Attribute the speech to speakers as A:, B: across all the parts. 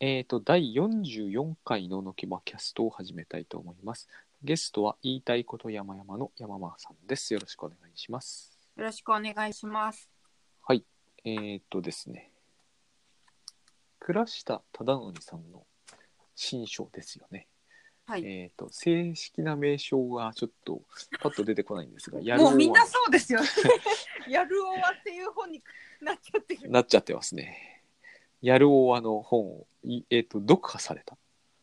A: えー、と第44回ののきまキャストを始めたいと思います。ゲストは言いたいこと山々の山間さんです。よろしくお願いします。
B: よろしくお願いします。
A: はい。えー、とですね。倉下忠則さんの新書ですよね。
B: はい。
A: えー、と正式な名称がちょっとパッと出てこないんですが、や
B: もうみんな
A: は
B: そうですよね。やるおわっていう本になっちゃってる。
A: なっちゃってますね。やるおわの本を、いえー、と読破された。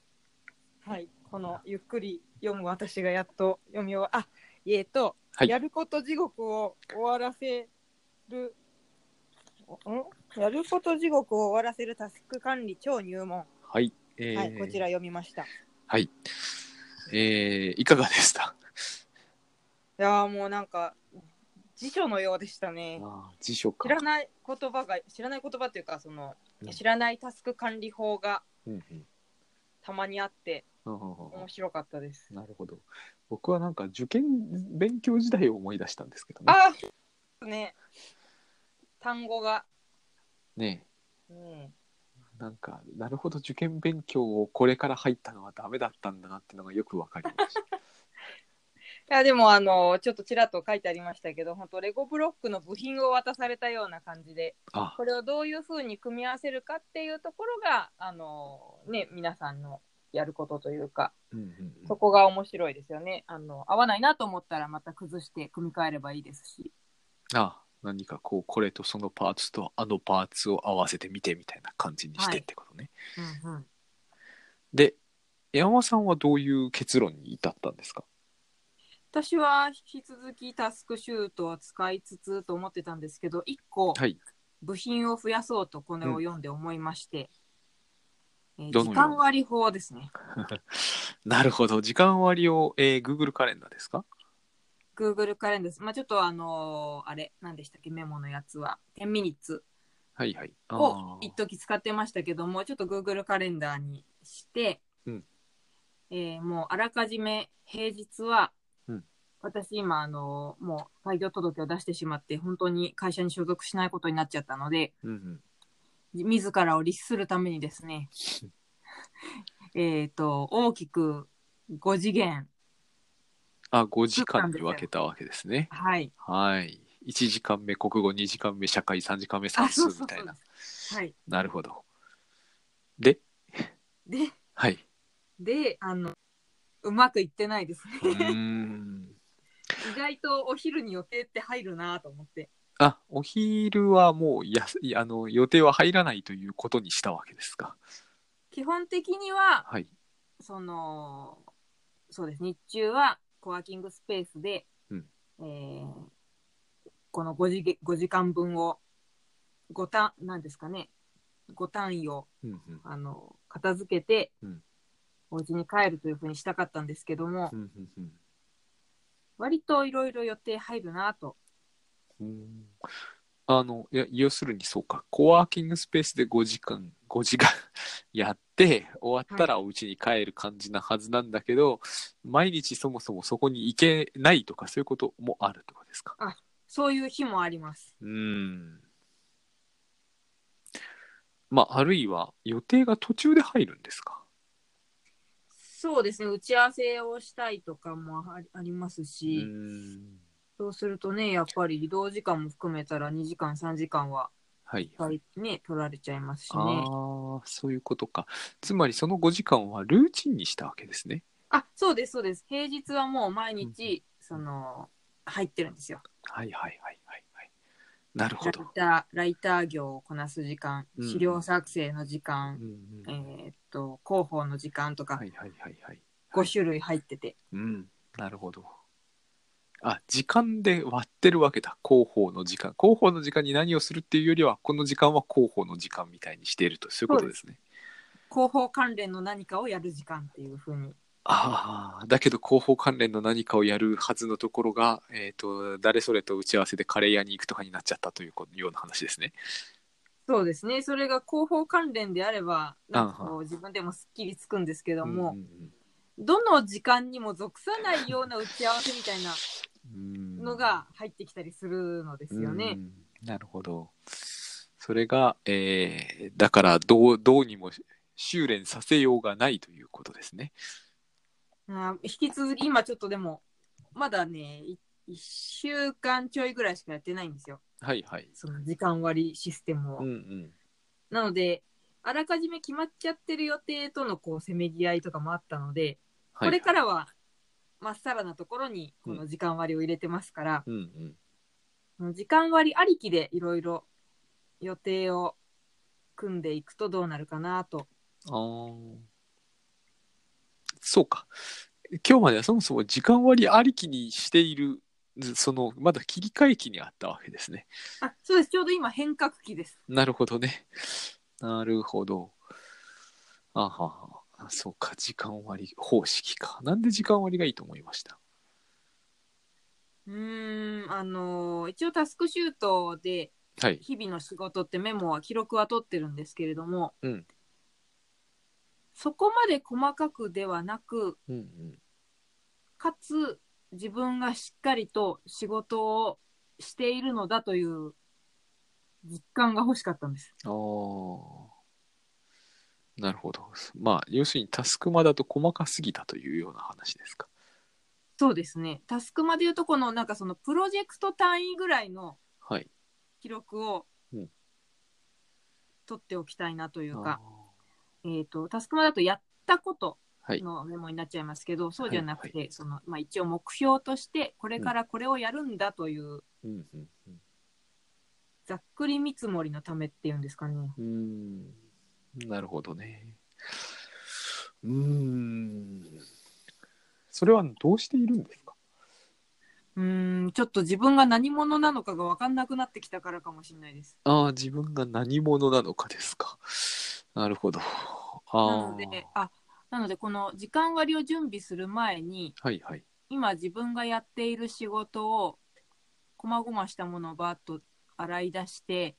B: はい。このゆっくり読む私がやっと読み終わあ、えっ、と、
A: はい
B: やること地獄を終わらせる。んやること地獄を終わらせるタスク管理超入門。
A: はい。えー
B: はい、こちら読みました。い
A: はい。えー、いかがでした
B: やーもうなんか辞書のようでしたね。
A: あー辞書か
B: 知。らない言葉が知らない言葉というかその、
A: うん
B: 知らないタスク管理法が
A: うんうん
B: たまにあって
A: うんうんうん
B: 面白かったです。
A: なるほど。僕はなんか受験勉強時代を思い出したんですけどね。
B: ああね単語が、
A: ね
B: うん、
A: えなんかなるほど受験勉強をこれから入ったのはダメだったんだなっていうのがよくわかりま した。
B: いやでもあのちょっとちらっと書いてありましたけど本当レゴブロックの部品を渡されたような感じで
A: あ
B: これをどういうふうに組み合わせるかっていうところがあのね皆さんのやることというか
A: うんうんう
B: そ
A: ん、
B: こが面白いですよねあの合わないなと思ったらまた崩して組み替えればいいですし
A: あ何かこうこれとそのパーツとあのパーツを合わせてみてみたいな感じにしてってことね。
B: うんうん
A: で山間さんはどういう結論に至ったんですか
B: 私は引き続きタスクシュートは使いつつと思ってたんですけど1個
A: はい。
B: 部品を増やそうとこれを読んで思いまして、えー
A: どのように
B: 時間割り法ですね。
A: なるほど時間割を、えー Google カレンダーですか
B: Google カレンダーです。まあ、ちょっとあのーあれ、何でしたっけ、メモのやつは、10ミニッツ
A: はいはい。あ
B: を
A: ー
B: 一時使ってましたけども、ちょっと Google カレンダーにして、
A: うん
B: えーもうあらかじめ平日は、
A: うん
B: 私今、あのーもう廃業届を出してしまって、本当に会社に所属しないことになっちゃったので、
A: うんうん
B: 自らを律するためにですね、 えっと、大きく5次元、
A: あ、5時間に分けたわけですね。
B: はい。
A: はい。1時間目国語、2時間目社会、3時間目
B: あ
A: 算数
B: そう
A: み
B: そう
A: た
B: そ
A: いうな。
B: ですはい。
A: なるほど。で、
B: で、
A: はい。
B: で、あの、うまくいってないです
A: う
B: ね。
A: ーん。
B: 意外とお昼に予定って入るなと思って。
A: あ、お昼はもうやすいあの予定は入らないということにしたわけですか。
B: 基本的には、
A: はい。
B: その、そうです。日中はコワーキングスペースで、
A: うん
B: えーこの5時げ5時間分を、5単、なんですかね、5単位を
A: うんうん
B: あの片付けて、
A: うん
B: お家に帰るというふうにしたかったんですけども、
A: うんうんうん
B: 割といろいろ予定入るなと。
A: うーんあの、いや要するにそうか、コワーキングスペースで5時間、5時間 やって、終わったらお家に帰る感じなはずなんだけど、毎日そもそもそこに行けないとか、そういうこともあるってことですか。
B: そういう日もあります。
A: うーん。まあ、あるいは予定が途中で入るんですか。
B: そうですね、打ち合わせをしたいとかもありあります
A: うー
B: し、
A: ん。
B: そうするとね、やっぱり移動時間も含めたら2時間、3時間は、
A: はい。
B: やっぱりね、取られちゃいますしね。
A: ああ、そういうことか。つまりその5時間はルーチンにしたわけですね。
B: あ、そうです、そうです。平日はもう毎日、
A: うん
B: その、入ってるんですよ。
A: はいはいはいはいはい。なる
B: ラ
A: ほ
B: イ
A: ど。
B: ター、ライター業をこなす時間、
A: うん
B: 資料作成の時間、
A: うんうん
B: えーっと、広報の時間とか
A: はいはいはいはい。
B: 5種類入ってて。
A: うん、なるほど。あ、時間で割ってるわけだ。広報の時間。広報の時間に何をするっていうよりは、この時間は広報の時間みたいにしていると、そういうことですね。
B: 広報関連の何かをやる時間っていうふうに。
A: ああ、だけど広報関連の何かをやるはずのところが、えっ、と、誰それと打ち合わせでカレー屋に行くとかになっちゃったというこような話ですね。
B: そうですね。それが広報関連であれば、なんかこう自分でもすっきりつくんですけども
A: う、ん
B: どの時間にも属さないような打ち合わせみたいな
A: うんうん
B: のが入ってきたりするのですよね。
A: うんなるほど。それが、えーだからどう、どうにも修練させようがないということですね。
B: あー引き続き、今ちょっとでも、まだね、1週間ちょいぐらいしかやってないんですよ。
A: はいはい。
B: その時間割システムを。
A: うんうん。
B: なので、あらかじめ決まっちゃってる予定とのこうせめぎ合いとかもあったので、
A: はい、
B: これからはまっさらなところにこの時間割を入れてますから、
A: うんうん。
B: この時間割ありきでいろいろ予定を組んでいくとどうなるかなと。
A: あーそうか。今日まではそもそも時間割ありきにしている、その、まだ切り替え期にあったわけですね。
B: あ、そうです。ちょうど今変革期です。
A: なるほどね。なるほど。あはは。そうか、時間割方式か。なんで時間割がいいと思いました
B: うーん、あのー一応タスクシュートで
A: はい。
B: 日々の仕事ってメモは記録は取ってるんですけれども、
A: うん
B: そこまで細かくではなく、
A: うんうん。
B: かつ自分がしっかりと仕事をしているのだという実感が欲しかったんです。
A: ああ。なるほど。まあ、要するにタスクマだと細かすぎたというような話ですか。
B: そうですね。タスクまでいうとこのなんかそのプロジェクト単位ぐらいの
A: はい。
B: 記録を
A: うん
B: 取っておきたいなとい
A: あ
B: う
A: ー
B: か、えっ、とタスクまでだとやったこと
A: はい。
B: のメモになっちゃいますけど、そうじゃなく
A: は
B: て、そのまあ一応目標としてこれからこれをやるんだという
A: うんうんうん。
B: ざっくり見積もりのためっていうんですかね。
A: うーんなるほどね。うーん。それはどうしているんですか
B: うーん、ちょっと自分が何者なのかが分かんなくなってきたからかもしれないです。
A: ああ、自分が何者なのかですか。なるほど。
B: な
A: あ
B: の
A: あ。
B: で、あ、なのでこの時間割を準備する前に、
A: はいはい。
B: 今自分がやっている仕事を、こまごましたものをバーッと洗い出して、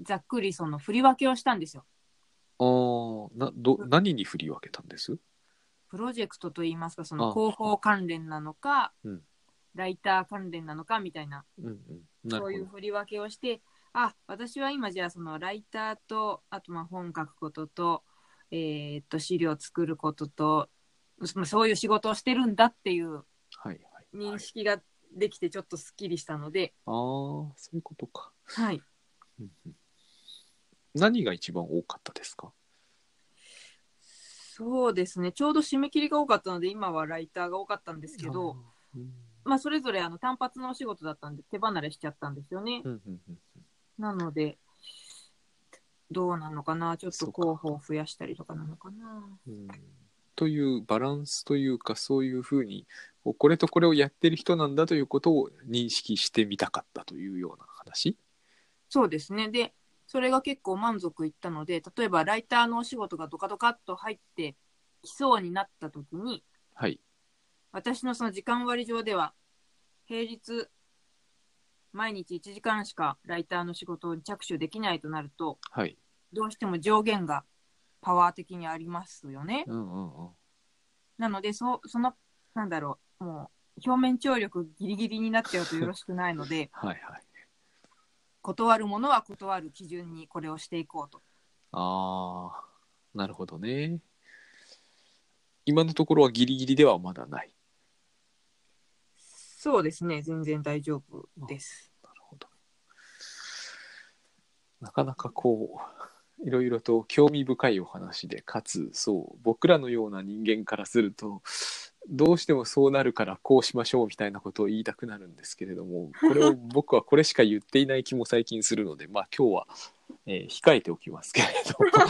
B: ざっくりその振り分けをしたんですよ。
A: ああ、な、ど、何に振り分けたんです
B: プロジェクトといいますか、そ
A: あ
B: の広報関連なのか、
A: うん
B: ライター関連なのかみたいな
A: うんうん。なる
B: そ
A: ほど。
B: ういう振り分けをして、あ、私は今じゃあそのライターと、あとまあ本書くことと、えーっと資料作ることと、そそういう仕事をしてるんだっていう
A: はいはい、は
B: 認
A: い。
B: 識ができてちょっとすっきりしたので、
A: ああ、そういうことか。
B: はい。
A: うんうん何が一番多かったですか
B: そうですね。ちょうど締め切りが多かったので、今はライターが多かったんですけど、、
A: あーうん
B: まあそれぞれあの単発のお仕事だったんで手離れしちゃったんですよね。
A: うんうんうん
B: なので、どうなのかなちょっ
A: そ
B: と
A: うか
B: 候補を増やしたりとかなのかな
A: うんというバランスというかそういうふうにこうこれとこれをやってる人なんだということを認識してみたかったというような話
B: そうですね。で、それが結構満足いったので、例えばライターのお仕事がドカドカっと入ってきそうになった時に、
A: はい
B: 私のその時間割上では、平日、毎日1時間しかライターの仕事に着手できないとなると、
A: はい
B: どうしても上限がパワー的にありますよね。
A: うんうんうん、
B: なので、そその、なんだろう、もう、表面張力ギリギリになっちゃうとよろしくないので
A: はいはい
B: 断るものは断る基準にこれをしていこうと。
A: ああなるほどね今のところはギリギリではまだない
B: そうですね、全然大丈夫 です。
A: なるほどなかなかこういろいろと興味深いお話でかつそう僕らのような人間からするとどうしてもそうなるからこうしましょうみたいなことを言いたくなるんですけれどもこれを僕はこれしか言っていない気も最近するので まあ今日は、えー控えておきますけれど も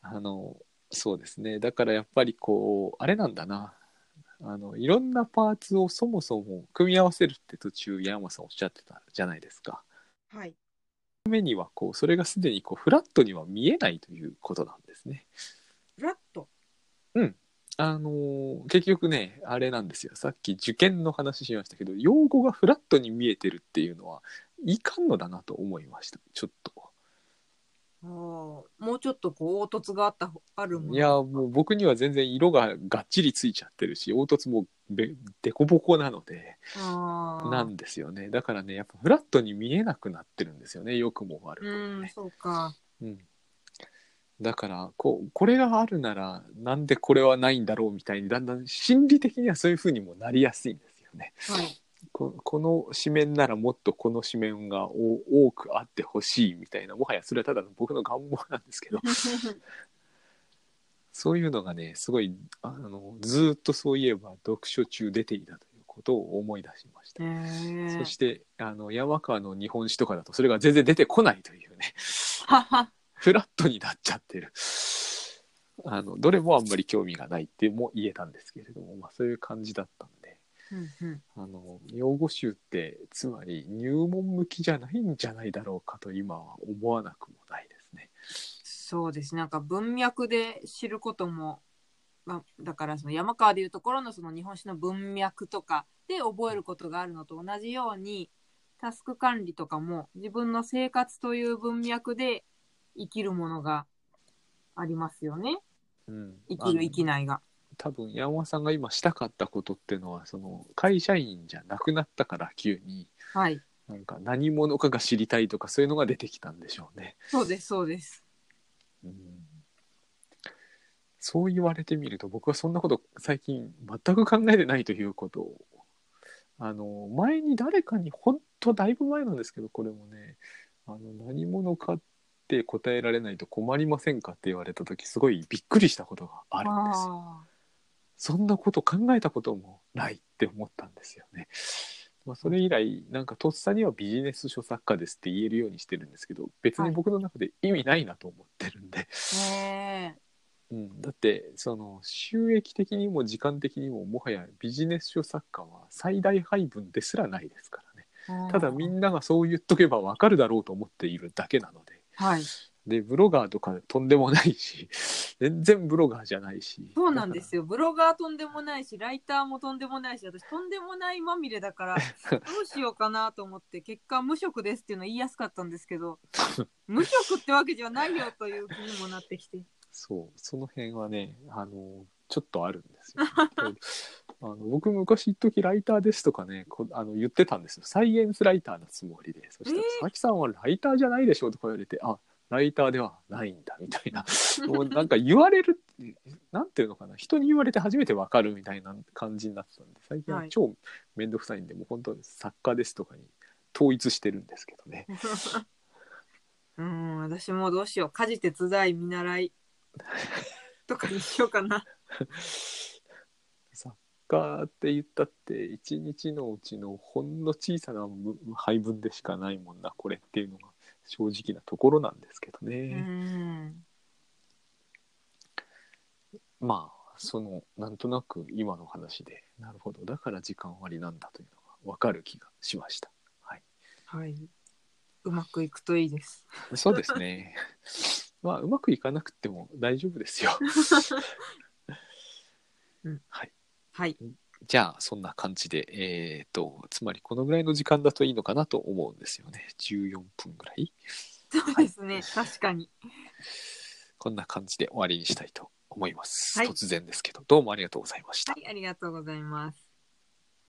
A: あのそうですねだからやっぱりこうあれなんだなあのいろんなパーツをそもそも組み合わせるって途中山さんおっしゃってたじゃないですか。
B: はい。
A: 目にはこうそれがすでにこうフラットには見えないということなんですね。
B: フラット。
A: あのー結局ねあれなんですよさっき受験の話しましたけど用語がフラットに見えてるっていうのはいかんのだなと思いましたちょっと。
B: もうちょっとこう凹凸があったほあるもの
A: いやもう僕には全然色ががっちりついちゃってるし凹凸もべでこぼこなので
B: あー
A: なんですよねだからねやっぱフラットに見えなくなってるんですよね良くも悪く
B: う
A: も
B: ん
A: ね。
B: そうか
A: うんだからこうこれがあるならなんでこれはないんだろうみたいにだんだん心理的にはそういうふうにもなりやすいんですよね。
B: はい。
A: ここの紙面ならもっとこの紙面がお多くあってほしいみたいなもはやそれはただの僕の願望なんですけど そういうのがねすごいあのずーっとそういえば読書中出ていたということを思い出しました。
B: へ
A: そ
B: え。
A: してあの山川の日本史とかだとそれが全然出てこないというね
B: はは。
A: フラットになっちゃってる。あのどれもあんまり興味がないっても言えたんですけれども、まあ、そういう感じだったんで
B: うんうん
A: あの用語集ってつまり入門向きじゃないんじゃないだろうかと今は思わなくもないですね。
B: そうですなんか文脈で知ることも、まあ、だからその山川でいうところのその日本史の文脈とかで覚えることがあるのと同じようにタスク管理とかも自分の生活という文脈で生きるものがありますよね
A: うん、
B: 生きる生きないが。
A: 多分山尾さんが今したかったことっていうのはその会社員じゃなくなったから急に
B: はい
A: なんか何者かが知りたいとかそういうのが出てきたんでしょうね。
B: そうですそうです。
A: うんそう言われてみると僕はそんなこと最近全く考えてないということをあの前に誰かに本当だいぶ前なんですけどこれもねあの何者かって答えられないと困りませんかって言われた時すごいびっくりしたことがあるんですよ
B: あ
A: そんなこと考えたこともないって思ったんですよね。まあ、それ以来なんかとっさにはビジネス書作家ですって言えるようにしてるんですけど別に僕の中で意味ないなと思ってるんで、
B: ーへえ
A: うん、だってその収益的にも時間的にももはやビジネス書作家は最大配分ですらないですからねただみ
B: な、
A: んながそう言っとけばわかるだろうと思っているだけなので
B: はい、
A: でブロガーとかとんでもないし 全然ブロガーじゃないし
B: そうなんで
A: よ
B: すよ。ブロガーとんでもないし、ライターもとんでもないし、私とんでもないまみれ だから、どうしようかなと思って、結果無職ですっていうの言いやすかったんです けど、無職ってわけじゃないよという気にもなってきて。
A: そう、その辺はね、あの、ちょっとあるんですよ。 あの僕昔一時ライターですとかねこあの言ってたんですよサイエンスライターのつもりでそしたら
B: えー
A: 「佐木さんはライターじゃないでしょ」とか言われて「あライターではないんだ」みたいな もうなんか言われるなんていうのかな人に言われて初めてわかるみたいな感じになってたんで最近ははい超面倒くさいんで、もう本当に作家ですとかに統一してるんですけどね
B: うん、私もどうしよう。家事手伝い見習いとかにしようかな。
A: 作家って言ったって一日のうちのほんの小さな部配分でしかないもんなこれっていうのが正直なところなんですけど
B: う
A: ね、
B: ん。
A: まあそのなんとなく今の話でなるほどだから時間割なんだというのが分かる気がしました
B: はい。うまくいくといいです。
A: そうですね まあうまくいかなくても大丈夫ですよ
B: はい。
A: じゃあそんな感じでえっ、とつまりこのぐらいの時間だといいのかなと思うんですよね14分ぐらい
B: そうですね。確かに。
A: こんな感じで終わりにしたいと思います。
B: はい
A: 突然ですけど、どうもありがとうございました
B: は。い、ありがとうございます。